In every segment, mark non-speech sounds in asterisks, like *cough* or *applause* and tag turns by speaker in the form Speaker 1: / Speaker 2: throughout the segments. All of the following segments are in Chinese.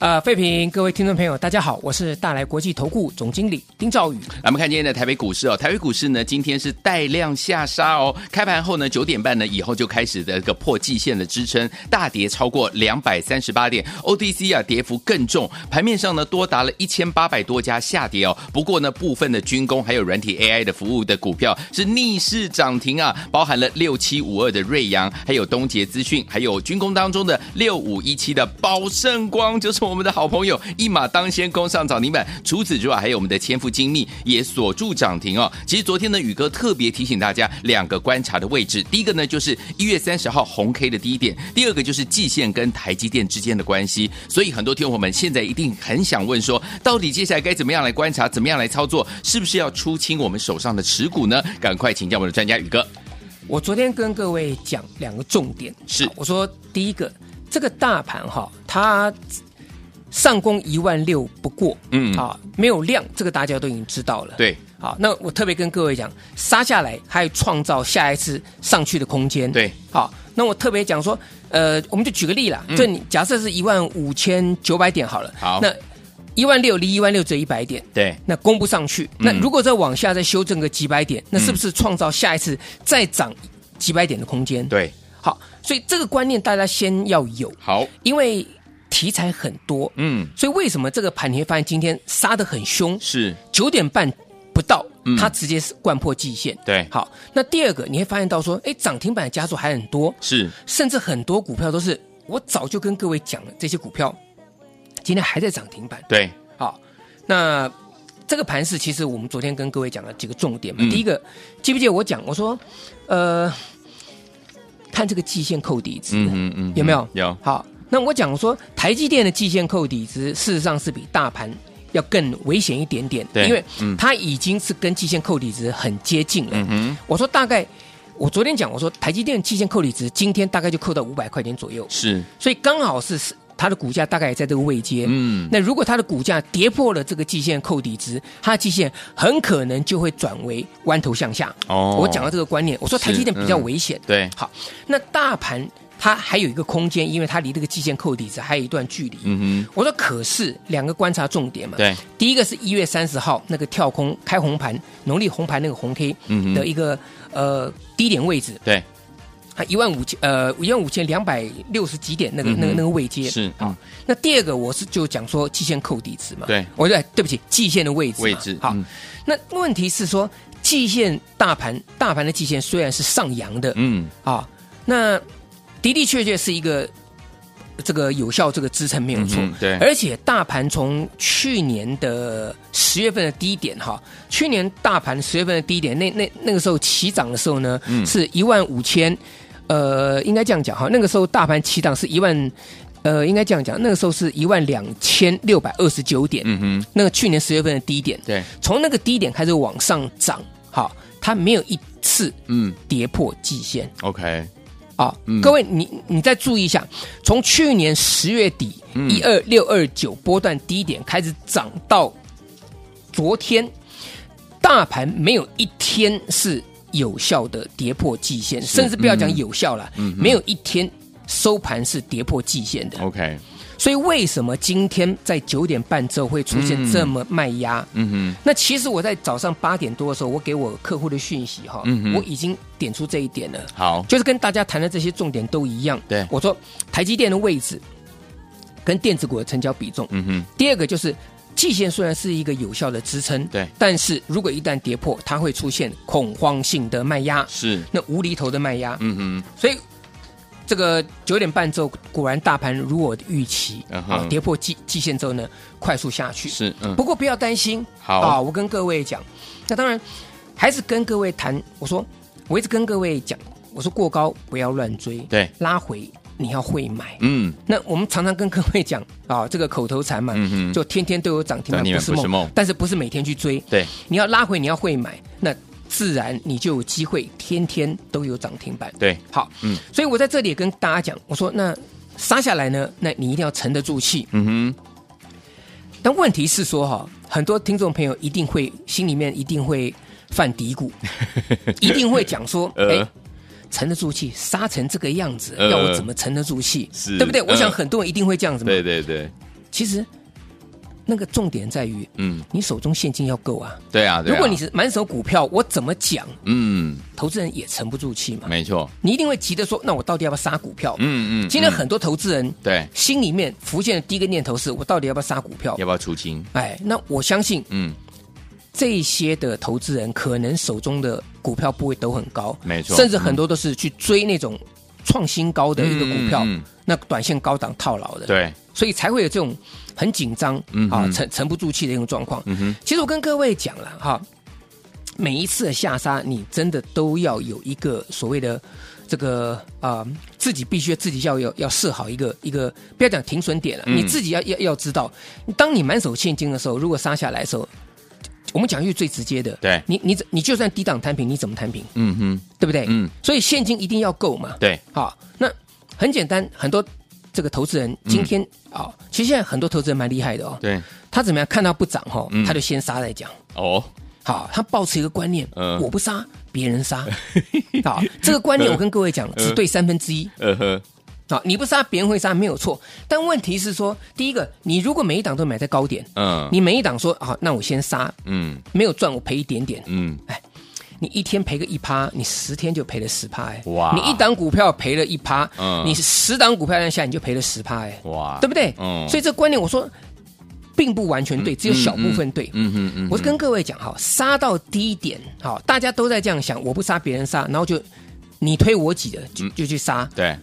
Speaker 1: 呃，费平，各位听众朋友，大家好，我是大来国际投顾总经理丁兆宇。
Speaker 2: 来，我们看今天的台北股市哦，台北股市呢今天是带量下杀哦，开盘后呢九点半呢以后就开始的一个破季线的支撑，大跌超过两百三十八点，OTC 啊跌幅更重，盘面上呢多达了一千八百多家下跌哦。不过呢，部分的军工还有软体 AI 的服务的股票是逆势涨停啊，包含了六七五二的瑞阳，还有东杰资讯，还有军工当中的六五一七的宝盛光，就是我们的好朋友，一马当先攻上涨停板。除此之外，还有我们的千富精密也锁住涨停哦。其实昨天呢，宇哥特别提醒大家两个观察的位置，第一个呢就是一月三十号红 K 的低点，第二个就是季线跟台积电之间的关系。所以很多听众朋友们现在一定很想问说，到底接下来该怎么样来观察，怎么样来操作，是不是要出清我们手上的持股呢？赶快请教我们的专家宇哥。
Speaker 1: 我昨天跟各位讲两个重点，
Speaker 2: 是
Speaker 1: 好我说第一个，这个大盘哈、它上攻一万六不过，
Speaker 2: 嗯
Speaker 1: 啊，没有量，这个大家都已经知道了。，
Speaker 2: 对
Speaker 1: 好，那我特别跟各位讲，杀下来还有创造下一次上去的空间。，
Speaker 2: 对，
Speaker 1: 好，那我特别讲说，呃，我们就举个例啦，就你假设是一万五千九百点好了，
Speaker 2: 嗯好
Speaker 1: 那一万六离一万六只有一百点，
Speaker 2: 对，
Speaker 1: 那攻不上去，那
Speaker 2: 嗯
Speaker 1: 如果再往下再修正个几百点，那是不是创造下一次再涨几百点的空间？，
Speaker 2: 对，
Speaker 1: 好，所以这个观念大家先要有，
Speaker 2: 好，
Speaker 1: 因为题材很多，
Speaker 2: 嗯，
Speaker 1: 所以为什么这个盘你会发现今天杀得很凶？
Speaker 2: 是，
Speaker 1: 九点半不到
Speaker 2: 嗯，
Speaker 1: 它直接是灌破季线。
Speaker 2: 对
Speaker 1: 好，那第二个你会发现到说，哎，涨停板的家数还很多，
Speaker 2: 是，
Speaker 1: 甚至很多股票都是我早就跟各位讲了，这些股票今天还在涨停板。
Speaker 2: 对，
Speaker 1: 好，那这个盘势其实我们昨天跟各位讲了几个重点嘛。
Speaker 2: 嗯
Speaker 1: 第一个，记不记得我讲我说，呃，看这个季线扣底值，
Speaker 2: 嗯嗯
Speaker 1: 有没有？
Speaker 2: 有，
Speaker 1: 好，那我讲说台积电的季线扣底值，事实上是比大盘。要更危险一点点，
Speaker 2: 对
Speaker 1: 因为
Speaker 2: 嗯
Speaker 1: 它已经是跟季线扣底值很接近了。
Speaker 2: 嗯哼，
Speaker 1: 我说大概，我昨天讲我说台积电季线扣底值今天大概就扣到五百块钱左右，
Speaker 2: 是，
Speaker 1: 所以刚好是是它的股价大概也在这个位阶。
Speaker 2: 嗯，
Speaker 1: 那如果它的股价跌破了这个季线扣底值，它的季线很可能就会转为弯头向下。
Speaker 2: 哦
Speaker 1: 我讲到这个观念，我说
Speaker 2: 是
Speaker 1: 台积电比较危险。
Speaker 2: 对，
Speaker 1: 好，那大盘它还有一个空间，因为它离这个季线扣底值还有一段距离。
Speaker 2: 嗯
Speaker 1: 我说可是两个观察重点嘛
Speaker 2: 哼，，对，
Speaker 1: 第一个是一月三十号那个跳空开红盘，农历红盘那个红 K
Speaker 2: 嗯哼
Speaker 1: 的一个、呃低点位置，
Speaker 2: 对，
Speaker 1: 啊一万五千呃一万五千两百六十几点那个、
Speaker 2: 嗯哼
Speaker 1: 那个那个位阶
Speaker 2: 是
Speaker 1: 好
Speaker 2: 嗯
Speaker 1: 那第二个我是就讲说季线扣底值嘛，
Speaker 2: 对
Speaker 1: 我哎对对不起季线的位置嘛
Speaker 2: 位置
Speaker 1: 好、
Speaker 2: 嗯
Speaker 1: 那问题是说季线大盘大盘的季线虽然是上扬的，
Speaker 2: 嗯，
Speaker 1: 啊，那的的确确是一个这个有效这个支撑没有错，
Speaker 2: 嗯哼对
Speaker 1: 而且大盘从去年的十月份的低点哈，去年大盘十月份的低点，那那那个时候起涨的时候呢，
Speaker 2: 嗯
Speaker 1: 是一万五千，呃，应该这样讲哈，那个时候大盘起涨是一万。呃，应该这样讲，那个时候是一万两千六百二十九点，
Speaker 2: 嗯哼，
Speaker 1: 那个去年十月份的低点，
Speaker 2: 对，
Speaker 1: 从那个低点开始往上涨，好，它没有一次
Speaker 2: 嗯
Speaker 1: 跌破季线，
Speaker 2: ，OK，
Speaker 1: 啊、
Speaker 2: 嗯
Speaker 1: 各位，你你再注意一下，从去年十月底
Speaker 2: 嗯
Speaker 1: 一二六二九波段低点开始涨到昨天，大盘没有一天是有效的跌破季线，甚至不要
Speaker 2: 嗯
Speaker 1: 讲有效了，没有一天收盘是跌破季线的。
Speaker 2: ，OK，
Speaker 1: 所以为什么今天在九点半之后会出现这么卖压？
Speaker 2: 嗯
Speaker 1: 那其实我在早上八点多的时候，我给我客户的讯息哈，
Speaker 2: 嗯哼
Speaker 1: 我已经点出这一点了。
Speaker 2: 哼，好，
Speaker 1: 就是跟大家谈的这些重点都一样。
Speaker 2: 对
Speaker 1: 我说台积电的位置跟电子股的成交比重，
Speaker 2: 嗯哼，
Speaker 1: 第二个就是季线虽然是一个有效的支撑，
Speaker 2: 对
Speaker 1: 但是如果一旦跌破，它会出现恐慌性的卖压，
Speaker 2: 是，
Speaker 1: 那无厘头的卖压，
Speaker 2: 嗯
Speaker 1: 所以这个九点半之后，果然大盘如我的预期
Speaker 2: 嗯哼
Speaker 1: 啊，跌破季季线之后呢，快速下去。
Speaker 2: 哼，是，嗯
Speaker 1: 不，过不要担心，
Speaker 2: 好
Speaker 1: 啊，我跟各位讲，那当然还是跟各位谈，我说我一直跟各位讲，我说过高不要乱追，
Speaker 2: 对，
Speaker 1: 拉回你要会买。
Speaker 2: 嗯，
Speaker 1: 那我们常常跟各位讲 *laughs* 啊，这个口头禅嘛，
Speaker 2: 嗯哼
Speaker 1: 就天天都有涨停板啊
Speaker 2: 涨停板
Speaker 1: 不是
Speaker 2: 不
Speaker 1: 梦，
Speaker 2: 是梦
Speaker 1: 但是不是每天去追，
Speaker 2: 对，
Speaker 1: 你要拉回，你要会买，那自然你就有机会天天都有涨停板。
Speaker 2: 对，
Speaker 1: 好，
Speaker 2: 嗯
Speaker 1: 嗯，所以我在这里也跟大家讲，我说那杀下来呢，那你一定要沉得住气。
Speaker 2: 嗯哼，
Speaker 1: 但问题是说哈，很多听众朋友一定会心里面一定会犯
Speaker 2: *laughs*
Speaker 1: 嘀咕，一定会讲说，哎、
Speaker 2: 呃
Speaker 1: 沉得住气，杀成这个样子，
Speaker 2: 呃
Speaker 1: 要我怎么沉得住气？
Speaker 2: 是
Speaker 1: 对不对？我想
Speaker 2: 呃
Speaker 1: 很多人一定会这样子嘛。
Speaker 2: 对对对，
Speaker 1: 其实那个重点在于，
Speaker 2: 嗯，
Speaker 1: 你手中现金要够啊。
Speaker 2: 对啊，对啊
Speaker 1: 如果你，是满手股票，我怎么讲，
Speaker 2: 嗯，
Speaker 1: 投资人也沉不住气嘛。
Speaker 2: 没错，
Speaker 1: 你一定会急着说，那我到底要不要杀股票？
Speaker 2: 嗯嗯，
Speaker 1: 今天
Speaker 2: 嗯
Speaker 1: 很多投资人
Speaker 2: 对，
Speaker 1: 心里面浮现的第一个念头是我到底要不要杀股票
Speaker 2: 要？不要出清？
Speaker 1: 哎，那我相信
Speaker 2: 嗯，
Speaker 1: 这些的投资人可能手中的股票部位都很高，
Speaker 2: 没错
Speaker 1: 甚至很多都是去追那种创新高的一个股票，
Speaker 2: 嗯嗯嗯
Speaker 1: 那短线高档套牢的，，
Speaker 2: 对，
Speaker 1: 所以才会有这种很紧张、
Speaker 2: 嗯
Speaker 1: 啊
Speaker 2: 哼
Speaker 1: 沉沉不住气的一种状况。
Speaker 2: 嗯哼，
Speaker 1: 其实我跟各位讲了哈，每一次的下杀，你真的都要有一个所谓的这个啊、自己必须自己要要要设好一个一个，不要讲停损点了，啊
Speaker 2: 嗯
Speaker 1: 你自己要要要知道，当你满手现金的时候，如果杀下来的时候，我们讲一句最直接的，
Speaker 2: 对
Speaker 1: 你你你就算低档摊平，你怎么摊平，
Speaker 2: 嗯哼，
Speaker 1: 对不对？
Speaker 2: 嗯，
Speaker 1: 所以现金一定要够嘛，
Speaker 2: 对，
Speaker 1: 好，那很简单，很多这个投资人今天啊、其实现在很多投资人蛮厉害的哦，
Speaker 2: 嗯对，
Speaker 1: 他怎么样看到不涨哈、
Speaker 2: 嗯
Speaker 1: 他就先杀再讲。
Speaker 2: 哦，
Speaker 1: 好，他抱持一个观念，
Speaker 2: 嗯
Speaker 1: 我不杀，别
Speaker 2: *laughs*
Speaker 1: 人杀。好，这个观念我跟各位讲，
Speaker 2: 嗯
Speaker 1: 只对三分之一。
Speaker 2: 呃呵，
Speaker 1: 好，你不杀，别人会杀，没有错。但问题是说，第一个，你如果每一档都买在高点，
Speaker 2: 嗯，
Speaker 1: 你每一档说啊，那我先杀，
Speaker 2: 嗯
Speaker 1: 没有赚我赔一点点，
Speaker 2: 嗯，
Speaker 1: 你一天赔个一趴，你十天就赔了十趴，哎，
Speaker 2: 哇
Speaker 1: 你一档股票赔了一趴，
Speaker 2: 嗯
Speaker 1: 你十档股票量下你就赔了十趴，哎，
Speaker 2: 哇，
Speaker 1: 对不对？
Speaker 2: 嗯
Speaker 1: 所以这个观念我说并不完全对，只有小部分对。
Speaker 2: 嗯哼嗯哼，
Speaker 1: 我是跟各位讲哈，杀到低点，好，大家都在这样想，我不杀别人杀，然后就你推我挤的就就去杀，
Speaker 2: 对，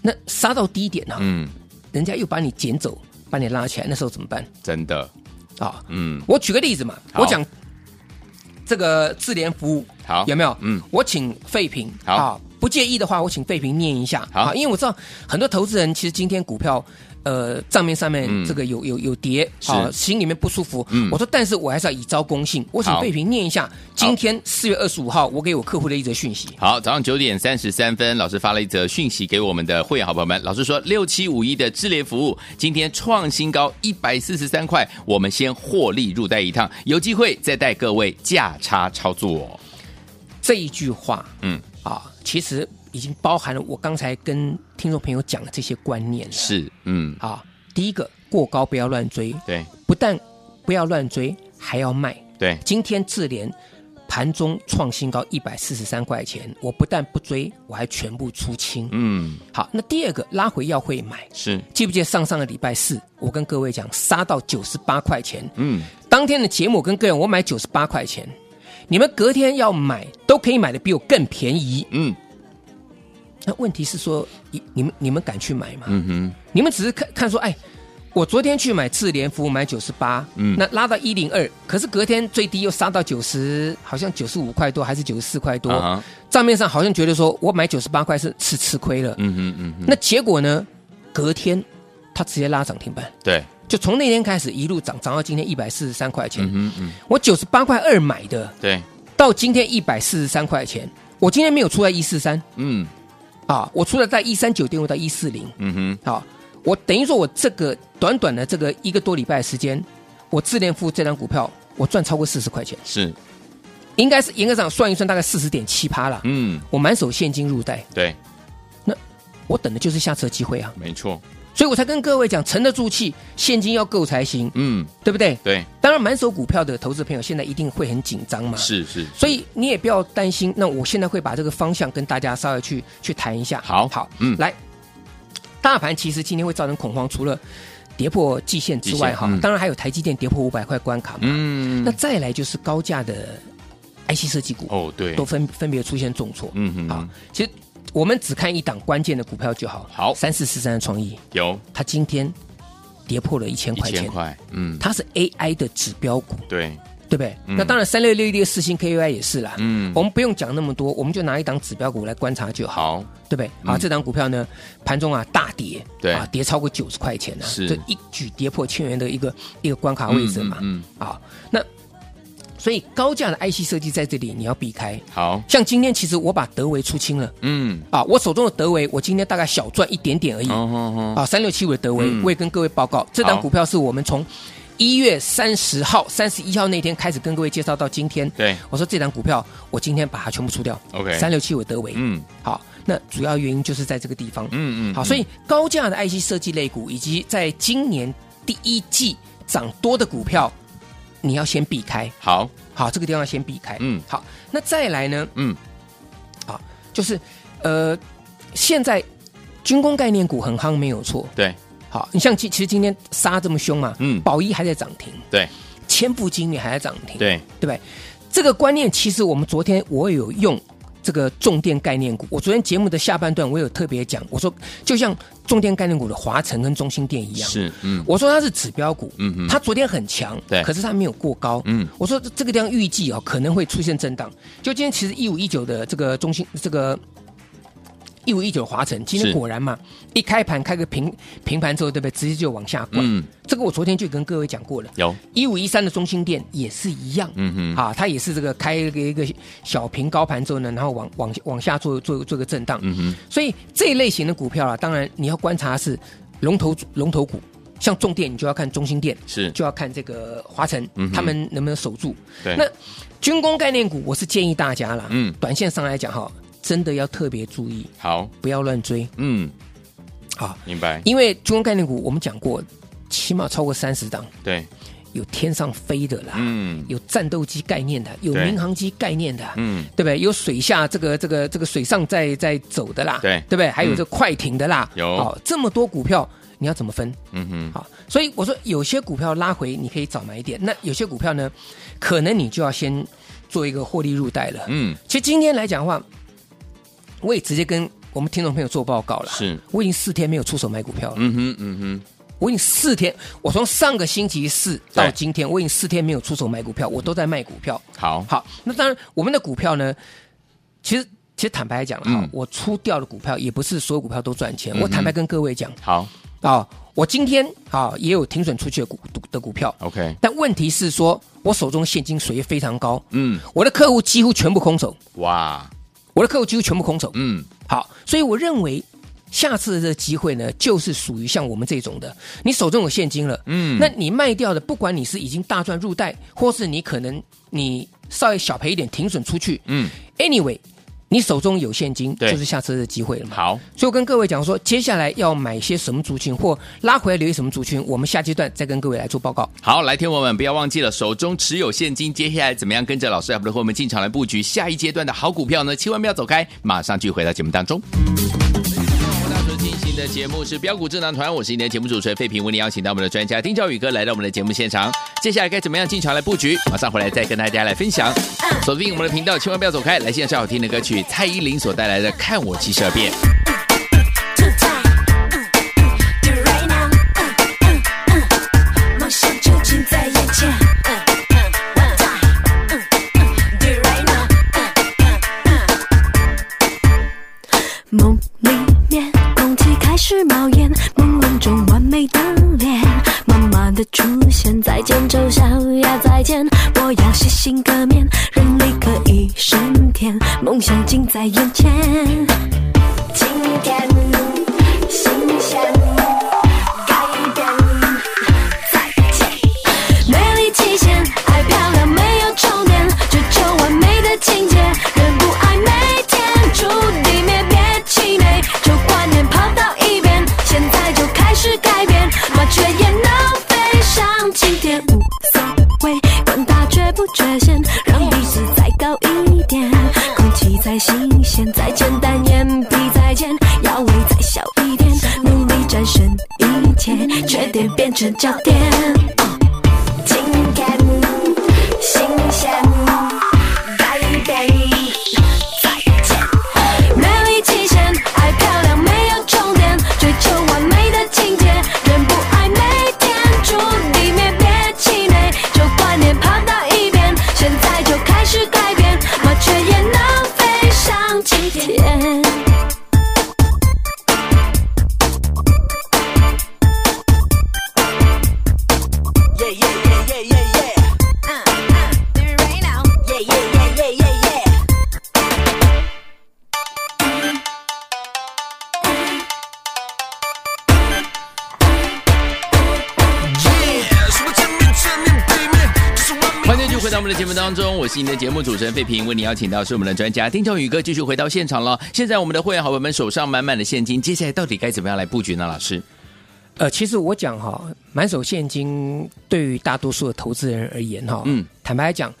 Speaker 1: 那杀到低点哈，
Speaker 2: 嗯，
Speaker 1: 人家又把你捡走，把你拉起来，那时候怎么办
Speaker 2: 真的，
Speaker 1: 啊？
Speaker 2: 嗯，
Speaker 1: 我举个例子嘛，
Speaker 2: 好
Speaker 1: 我讲这个智联服务
Speaker 2: 好
Speaker 1: 有没有？
Speaker 2: 嗯，
Speaker 1: 我请费平
Speaker 2: 好
Speaker 1: 啊，不介意的话，我请费平念一下啊
Speaker 2: 好
Speaker 1: 因为我知道很多投资人其实今天股票。呃，账面
Speaker 2: 嗯
Speaker 1: 上面这个有有有跌，啊
Speaker 2: 是
Speaker 1: 心里面不舒服。
Speaker 2: 嗯
Speaker 1: 我说，但是我还是要以招公信。我请
Speaker 2: 好
Speaker 1: 费平念一下今天四月二十五号我给我客户的一则讯息。
Speaker 2: 好，早上九点三十三分，老师发了一则讯息给我们的会员好朋友们。老师说，六七五一的智联服务今天创新高一百四十三块，我们先获利入袋一趟，有机会再带各位价差操作、哦。
Speaker 1: 这一句话
Speaker 2: 嗯，
Speaker 1: 啊，其实已经包含了我刚才跟听众朋友讲的这些观念了。
Speaker 2: 是，嗯，
Speaker 1: 啊，第一个过高不要乱追，
Speaker 2: 对
Speaker 1: 不但不要乱追，还要卖。
Speaker 2: 对，
Speaker 1: 今天智联盘中创新高一百四十三块钱，我不但不追，我还全部出清。
Speaker 2: 嗯，
Speaker 1: 好，那第二个拉回要会买，
Speaker 2: 是，
Speaker 1: 记不记得上上个礼拜四，我跟各位讲杀到九十八块钱，
Speaker 2: 嗯，
Speaker 1: 当天的节目我跟各位讲我买九十八块钱，你们隔天要买都可以买的比我更便宜。
Speaker 2: 嗯，
Speaker 1: 那问题是说，你你们你们敢去买吗？
Speaker 2: 嗯哼，
Speaker 1: 你们只是看看说，哎，我昨天去买智联服务买九十八，
Speaker 2: 嗯
Speaker 1: 那拉到一零二，可是隔天最低又杀到九十，好像九十五块多还是九十四块多，
Speaker 2: 啊哈
Speaker 1: 账面上好像觉得说我买九十八块是是吃亏了，
Speaker 2: 嗯哼，嗯哼，
Speaker 1: 那结果呢，隔天它直接拉涨停板，
Speaker 2: 对，
Speaker 1: 就从那天开始一路涨，涨到今天一百四十三块钱，
Speaker 2: 嗯哼，嗯，
Speaker 1: 我九十八块二买的，
Speaker 2: 对，
Speaker 1: 到今天一百四十三块钱，我今天没有出在一四三
Speaker 2: 嗯，
Speaker 1: 啊，我出了在一三九点五到一四零。
Speaker 2: 嗯哼，
Speaker 1: 好，我等于说我这个短短的这个一个多礼拜的时间，我自恋付这张股票，我赚超过四十块钱，
Speaker 2: 是，
Speaker 1: 应该是严格上算一算，大概四十点七趴啦。
Speaker 2: 嗯，
Speaker 1: 我满手现金入袋，
Speaker 2: 对，
Speaker 1: 我等的就是下车机会啊，
Speaker 2: 没错，
Speaker 1: 所以我才跟各位讲，沉得住气，现金要够才行，
Speaker 2: 嗯，
Speaker 1: 对不对？
Speaker 2: 对，
Speaker 1: 当然，满手股票的投资朋友现在一定会很紧张嘛，。
Speaker 2: 是是，
Speaker 1: 所以你也不要担心，那我现在会把这个方向跟大家稍微去去谈一下。
Speaker 2: 好
Speaker 1: 好，
Speaker 2: 嗯
Speaker 1: 嗯，来，大盘其实今天会造成恐慌，除了跌破季线之外哈
Speaker 2: 季线嗯，
Speaker 1: 当然还有台积电跌破五百块关卡嘛。
Speaker 2: 嗯
Speaker 1: 那再来就是高价的 IC 设计股
Speaker 2: 哦对
Speaker 1: 都，分分别出现重挫。
Speaker 2: 嗯哼
Speaker 1: 好，其实我们只看一档关键的股票就好。
Speaker 2: 好
Speaker 1: 三四四三的创意，
Speaker 2: 有
Speaker 1: 它今天跌破了一千
Speaker 2: 一
Speaker 1: 块
Speaker 2: 千
Speaker 1: 钱，
Speaker 2: 块，嗯，
Speaker 1: 它是 AI 的指标股，
Speaker 2: 对，
Speaker 1: 对不对？
Speaker 2: 嗯
Speaker 1: 那当然，三六六六四星 KY 也是啦。
Speaker 2: 嗯，
Speaker 1: 我们不用讲那么多，我们就拿一档指标股来观察就好，
Speaker 2: 好，
Speaker 1: 对不对？啊，
Speaker 2: 嗯
Speaker 1: 这档股票呢，盘中啊大跌，
Speaker 2: 对
Speaker 1: 啊，跌超过九十块钱啊，
Speaker 2: 是
Speaker 1: 这一举跌破千元的一个一个关卡位置嘛，
Speaker 2: 嗯，嗯
Speaker 1: 啊，那所以高价的 IC 设计在这里你要避开。
Speaker 2: 嗯好，
Speaker 1: 像今天其实我把德维出清了
Speaker 2: 嗯，
Speaker 1: 啊，我手中的德维我今天大概小赚一点点而已、
Speaker 2: 哦哦哦，
Speaker 1: 啊，三六七五的德维、
Speaker 2: 嗯
Speaker 1: 我也跟各位报告，这档
Speaker 2: 好
Speaker 1: 股票是我们从一月三十号、三十一号那天开始跟各位介绍到今天。
Speaker 2: 对
Speaker 1: 我说这档股票我今天把它全部出掉。
Speaker 2: OK
Speaker 1: 三六七五德维，
Speaker 2: 嗯
Speaker 1: 好，那主要原因就是在这个地方。
Speaker 2: 嗯嗯，
Speaker 1: 好，所以高价的 IC 设计类股，以及在今年第一季涨多的股票，你要先避开。
Speaker 2: 好，
Speaker 1: 好，这个地方要先避开。
Speaker 2: 嗯
Speaker 1: 好，那再来呢，
Speaker 2: 嗯，
Speaker 1: 就是呃，现在军工概念股很夯，没有错。
Speaker 2: 对，
Speaker 1: 好，你像其其实今天杀这么凶嘛，
Speaker 2: 嗯
Speaker 1: 宝一还在涨停，
Speaker 2: 对，
Speaker 1: 千富金也还在涨停，
Speaker 2: 对，
Speaker 1: 对不对？这个观念其实我们昨天我有用这个重电概念股，我昨天节目的下半段我有特别讲，我说就像重电概念股的华晨跟中心电一样，
Speaker 2: 是，嗯
Speaker 1: 我说它是指标股，
Speaker 2: 嗯哼
Speaker 1: 它昨天很强，
Speaker 2: 对
Speaker 1: 可是它没有过高，
Speaker 2: 嗯
Speaker 1: 我说这个地方预计哦可能会出现震荡，就今天其实一五一九的这个中心这个。一五一九华晨，今天
Speaker 2: 是
Speaker 1: 果然嘛，一开盘开个平平盘之后，对不对？直接就往下灌。
Speaker 2: 嗯，
Speaker 1: 这个我昨天就跟各位讲过了。
Speaker 2: 有，
Speaker 1: 一五一三的中心店也是一样，
Speaker 2: 嗯哼，
Speaker 1: 啊，它也是这个开一个一个小平高盘之后呢，然后往往往下做做做个震荡。
Speaker 2: 嗯哼，
Speaker 1: 所以这一类型的股票啊，当然你要观察是龙头龙头股，像重电你就要看中心电，
Speaker 2: 是，
Speaker 1: 就要看这个华晨
Speaker 2: 嗯哼，
Speaker 1: 他们能不能守住。
Speaker 2: 对，
Speaker 1: 那军工概念股，我是建议大家啦，
Speaker 2: 嗯
Speaker 1: 短线上来讲哈，真的要特别注意，
Speaker 2: 好，
Speaker 1: 不要乱追
Speaker 2: 嗯，
Speaker 1: 啊，
Speaker 2: 明白，
Speaker 1: 因为军工概念股我们讲过，起码超过三十档，
Speaker 2: 对，
Speaker 1: 有天上飞的啦，
Speaker 2: 嗯
Speaker 1: 有战斗机概念的，有
Speaker 2: 对
Speaker 1: 民航机概念的，
Speaker 2: 嗯，
Speaker 1: 对不对？有水下这个这个这个水上在在走的啦，
Speaker 2: 对嗯
Speaker 1: 对不对？还有这个快艇的啦，
Speaker 2: 有
Speaker 1: 好、这么多股票，你要怎么分？
Speaker 2: 嗯哼，
Speaker 1: 好，所以我说有些股票拉回你可以早买一点，那有些股票呢，可能你就要先做一个获利入袋了。
Speaker 2: 嗯，
Speaker 1: 其实今天来讲的话，我也直接跟我们听众朋友做报告了，
Speaker 2: 是
Speaker 1: 我已经四天没有出手买股票了，
Speaker 2: 嗯哼，嗯
Speaker 1: 我已经四天，我从上个星期四到
Speaker 2: 对
Speaker 1: 今天，我已经四天没有出手买股票，我都在卖股票。
Speaker 2: 哼，好，
Speaker 1: 好，那当然，我们的股票呢，其实其实坦白讲哈、
Speaker 2: 嗯
Speaker 1: 我出掉的股票也不是所有股票都赚钱。
Speaker 2: 嗯哼
Speaker 1: 我坦白跟各位讲
Speaker 2: 好
Speaker 1: 啊、我今天啊、也有停损出去的股的股票，
Speaker 2: ，OK，
Speaker 1: 但问题是说我手中现金水位非常高，
Speaker 2: 嗯，
Speaker 1: 我的客户几乎全部空手，
Speaker 2: 哇，
Speaker 1: 我的客户几乎全部空手。
Speaker 2: 嗯，
Speaker 1: 好，所以我认为。下次的这个机会呢，就是属于像我们这种的，你手中有现金了，
Speaker 2: 嗯
Speaker 1: 那你卖掉的，不管你是已经大赚入袋，或是你可能你稍微小赔一点停损出去，
Speaker 2: 嗯，
Speaker 1: Anyway，你手中有现金，
Speaker 2: 对
Speaker 1: 就是下车的机会了嘛。
Speaker 2: 好，
Speaker 1: 所以我跟各位讲说，接下来要买些什么族群，或拉回来留意什么族群，我们下阶段再跟各位来做报告。
Speaker 2: 好，来，天王们不要忘记了，手中持有现金，接下来怎么样跟着老师还不的伙伴们进场来布局下一阶段的好股票呢？千万不要走开，马上就回到节目当中。大所进行的节目是标股智囊团，我是你的节目主持人费平，为你邀请到我们的专家丁兆宇哥来到我们的节目现场。接下来该怎么样进场来布局？马上回来再跟大家来分享。锁定我们的频道，千万不要走开。来，欣赏好听的歌曲，蔡依林所带来的《看我七十二变》。
Speaker 3: to time. Mm, Do right now. Mm, 梦想就近在眼前。Do mm, right Mm, now. mm. 梦里面，空气开始冒烟，朦胧中完美的脸，慢慢的出现。再见，丑小鸭，再见，我要洗心革面，人力可以升天，梦想近在眼前。今天，新鲜，改变，再见。美丽极限，爱漂亮没有终点，追求完美的境界，人不爱每天注定灭，别气馁，旧观念抛到一边，现在就开始改变，麻雀也能飞上青天，无所谓，管它缺不缺陷，让彼此再高一点，空气再新鲜，再简单，眼皮再尖，腰围再小一点，努力战胜一切，确点变成焦点。哦今天新鲜改变，再见。美丽极限，爱漂亮没有终点，追求完美的境界，人不爱美天诛地灭，别气馁，旧观念抛到一边，现在就开始改变，麻雀也能飞上青天。
Speaker 4: Yeah, yeah, yeah, yeah, yeah, yeah. Yeah, yeah, yeah, yeah, yeah, yeah.
Speaker 2: 欢迎继续回到我们的节目当中，我是您的节目主持人费平，为您邀请到是我们的专家丁兆宇哥继续回到现场了。现在我们的会员好朋友们手上满满的现金，接下来到底该怎么样来布局呢？老师，
Speaker 1: 呃，其实我讲哈，满手现金对于大多数的投资人而言哈，
Speaker 2: 嗯
Speaker 1: 嗯，坦白讲，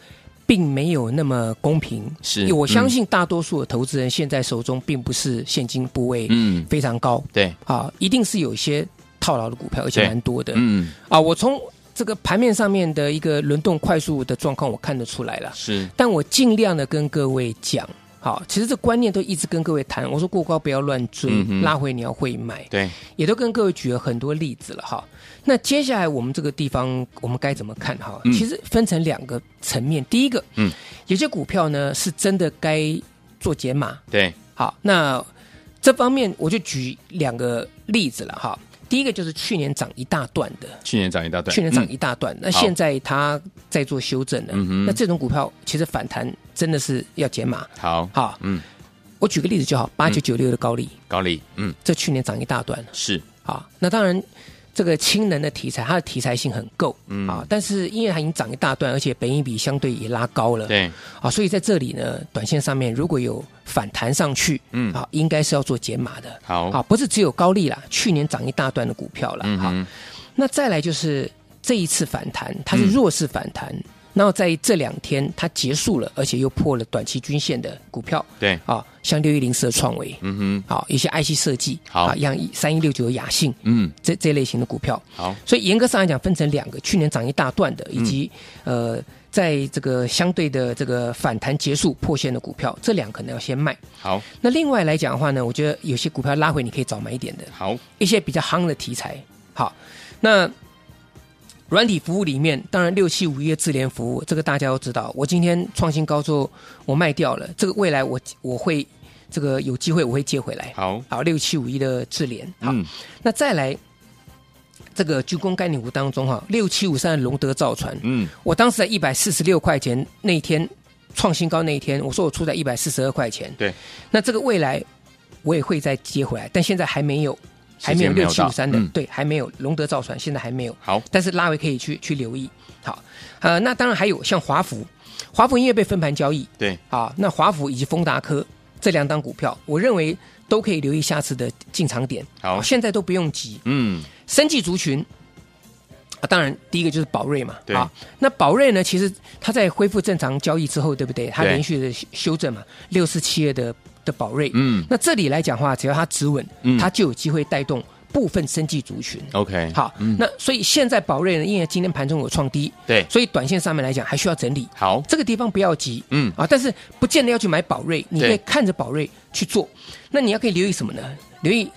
Speaker 1: 并没有那么公平。
Speaker 2: 是
Speaker 1: 因为我相
Speaker 2: 嗯
Speaker 1: 信大多数的投资人现在手中并不是现金部位
Speaker 2: 嗯
Speaker 1: 非常高，
Speaker 2: 对，
Speaker 1: 啊，一定是有一些套牢的股票，而且
Speaker 2: 对
Speaker 1: 蛮多的。
Speaker 2: 嗯，
Speaker 1: 啊，我从这个盘面上面的一个轮动快速的状况，我看得出来了。
Speaker 2: 是，
Speaker 1: 但我尽量的跟各位讲，好，其实这观念都一直跟各位谈。我说过高不要乱追，
Speaker 2: 嗯哼
Speaker 1: 拉回你要会买，
Speaker 2: 对，
Speaker 1: 也都跟各位举了很多例子了哈。那接下来我们这个地方我们该怎么看哈？
Speaker 2: 嗯
Speaker 1: 其实分成两个层面，第一个，
Speaker 2: 嗯，
Speaker 1: 有些股票呢是真的该做解码，
Speaker 2: 对，
Speaker 1: 好，那这方面我就举两个例子了哈。第一个就是去年涨一大段的，
Speaker 2: 去年涨一大段，
Speaker 1: 去年涨
Speaker 2: 嗯
Speaker 1: 一大段，那
Speaker 2: 好
Speaker 1: 现在它在做修正了。
Speaker 2: 嗯哼
Speaker 1: 那这种股票其实反弹真的是要解码。
Speaker 2: 好，
Speaker 1: 好，
Speaker 2: 嗯，
Speaker 1: 我举个例子就好，八九九六的高利，
Speaker 2: 高丽，嗯，
Speaker 1: 这去年涨一大段
Speaker 2: 是，
Speaker 1: 啊。那当然，这个氢能的题材，它的题材性很够，嗯啊，但是因为它已经涨一大段，而且本益比相对也拉高了，
Speaker 2: 对，
Speaker 1: 啊，所以在这里呢，短线上面如果有反弹上去，
Speaker 2: 嗯
Speaker 1: 啊，应该是要做减码的。
Speaker 2: 好
Speaker 1: 啊，不是只有高利啦，去年涨一大段的股票啦。
Speaker 2: 嗯
Speaker 1: 好，
Speaker 2: 哼，
Speaker 1: 那再来就是这一次反弹，它
Speaker 2: 嗯
Speaker 1: 是弱势反弹，然后在这两天它结束了，而且又破了短期均线的股票，
Speaker 2: 对，
Speaker 1: 啊，像六一零四的创维，
Speaker 2: 嗯哼，
Speaker 1: 啊，一些 IC 设计，
Speaker 2: 好
Speaker 1: 啊，像三一六九的雅信，
Speaker 2: 嗯，
Speaker 1: 这这类型的股票，
Speaker 2: 好，
Speaker 1: 所以严格上来讲，分成两个：去年涨一大段的，以及、
Speaker 2: 嗯
Speaker 1: 呃，在这个相对的这个反弹结束破线的股票，这两个可能要先卖。
Speaker 2: 好，
Speaker 1: 那另外来讲的话呢，我觉得有些股票拉回，你可以早买一点的，
Speaker 2: 好，
Speaker 1: 一些比较夯的题材。好，那软体服务里面，当然六七五一的智联服务，这个大家都知道。我今天创新高之后，我卖掉了，这个未来我我会这个有机会我会接回来。
Speaker 2: 好，
Speaker 1: 好，六七五一的智联，好，
Speaker 2: 嗯，
Speaker 1: 那再来这个军工概念股当中哈，六七五三龙德造船，
Speaker 2: 嗯，
Speaker 1: 我当时在一百四十六块钱那一天创新高那一天，我说我出在一百四十二块钱，
Speaker 2: 对，
Speaker 1: 那这个未来我也会再接回来，但现在还没有，还没有
Speaker 2: 时间没
Speaker 1: 六
Speaker 2: 有
Speaker 1: 七
Speaker 2: 到
Speaker 1: 五三的，
Speaker 2: 嗯
Speaker 1: 对，还没有龙德造船，现在还没有，
Speaker 2: 好，
Speaker 1: 但是拉回可以去去留意，好，呃，那当然还有像华孚，华孚因为被分盘交易，
Speaker 2: 对，
Speaker 1: 啊，那华孚以及丰达科这两档股票，我认为都可以留意下次的进场点。啊
Speaker 2: 好
Speaker 1: 现在都不用急。
Speaker 2: 嗯，
Speaker 1: 生技族群啊，当然第一个就是宝瑞嘛，
Speaker 2: 对，
Speaker 1: 那宝瑞呢，其实它在恢复正常交易之后，对不对？它
Speaker 2: 对
Speaker 1: 连续的修修正嘛，六四七二的的宝瑞，
Speaker 2: 嗯
Speaker 1: 那这里来讲话，只要它止稳
Speaker 2: 嗯，哦
Speaker 1: 它就有机会带动部分生技族群。
Speaker 2: ，OK，，
Speaker 1: 好，那所以现在宝瑞呢，因为今天盘中有创低，
Speaker 2: 对，
Speaker 1: 所以短线上面来讲还需要整理。
Speaker 2: 好，
Speaker 1: 哦这个地方不要急，
Speaker 2: 嗯
Speaker 1: 啊，但是不见得要去买宝瑞，你可
Speaker 2: 对
Speaker 1: 以看着宝瑞去做。那你要可以留意什么呢？留意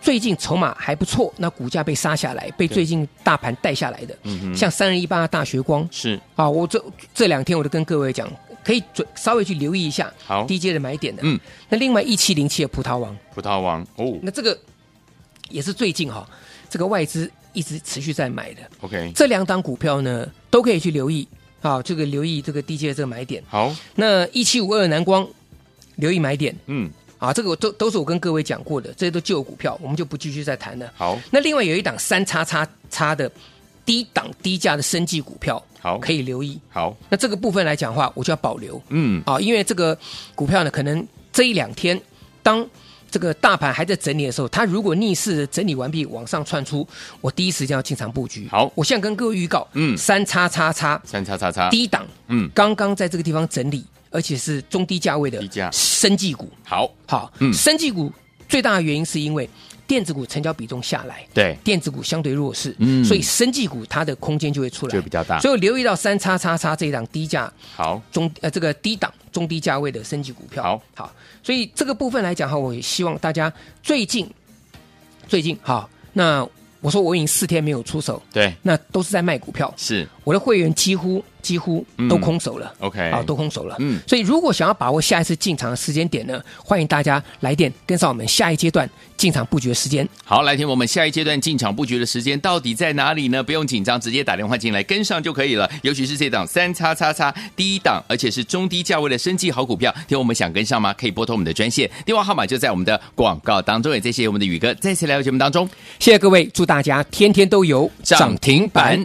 Speaker 1: 最近筹码还不错，那股价被杀下来，被最近大盘带下来的，
Speaker 2: 嗯
Speaker 1: 像三二一八大学光
Speaker 2: 是，
Speaker 1: 啊，我这这两天我都跟各位讲，可以准稍微去留意一下
Speaker 2: 好
Speaker 1: 低阶的买点的。
Speaker 2: 嗯，
Speaker 1: 那另外一七零七的葡萄王，
Speaker 2: 葡萄王，哦
Speaker 1: 那这个也是最近哈、这个外资一直持续在买的
Speaker 2: ，OK，
Speaker 1: 这两档股票呢，都可以去留意啊，这个留意这个低阶的这个买点。
Speaker 2: 好，
Speaker 1: 那一七五二南光留意买点
Speaker 2: 嗯，
Speaker 1: 啊，这个我都都是我跟各位讲过的，这些都旧股票，我们就不继续再谈了。
Speaker 2: 好，
Speaker 1: 那另外有一档三叉叉叉的低档低价的生技股票，
Speaker 2: 好
Speaker 1: 可以留意。
Speaker 2: 好，
Speaker 1: 那这个部分来讲的话，我就要保留
Speaker 2: 嗯，
Speaker 1: 啊，因为这个股票呢，可能这一两天当。这个大盘还在整理的时候，它如果逆势地整理完毕往上窜出，我第一时间要进场布局。
Speaker 2: 好
Speaker 1: 我现在跟各位预告，
Speaker 2: 嗯
Speaker 1: 三叉叉叉
Speaker 2: 三叉叉叉，
Speaker 1: 低档，
Speaker 2: 嗯
Speaker 1: 刚刚在这个地方整理，而且是中低价位的
Speaker 2: 低价
Speaker 1: 生技股。
Speaker 2: 好，
Speaker 1: 好，
Speaker 2: 嗯
Speaker 1: 生技股最大的原因是因为电子股成交比重下来，
Speaker 2: 对
Speaker 1: 电子股相对弱势，
Speaker 2: 嗯
Speaker 1: 所以生技股它的空间就会出来，
Speaker 2: 就比较大
Speaker 1: 所以我留意到三叉叉叉这一档低价
Speaker 2: 好，
Speaker 1: 中呃这个低档中低价位的升级股票。
Speaker 2: 好，
Speaker 1: 好，所以这个部分来讲哈，我也希望大家最近最近好，那我说我已经四天没有出手，
Speaker 2: 对，
Speaker 1: 那都是在卖股票，
Speaker 2: 是
Speaker 1: 我的会员几乎几乎都空手了。
Speaker 2: 嗯 OK，
Speaker 1: 啊，都空手了。
Speaker 2: 嗯
Speaker 1: 嗯，所以如果想要把握下一次进场的时间点呢，欢迎大家来电跟上我们下一阶段进场布局的时间。
Speaker 2: 好，来听我们下一阶段进场布局的时间到底在哪里呢？不用紧张，直接打电话进来跟上就可以了。尤其是这档三叉叉叉第一档，而且是中低价位的升级好股票，听我们想跟上吗？可以拨通我们的专线，电话号码就在我们的广告当中。也谢谢我们的宇哥再次来到节目当中，
Speaker 1: 谢谢各位，祝大家天天都有
Speaker 2: 涨停板。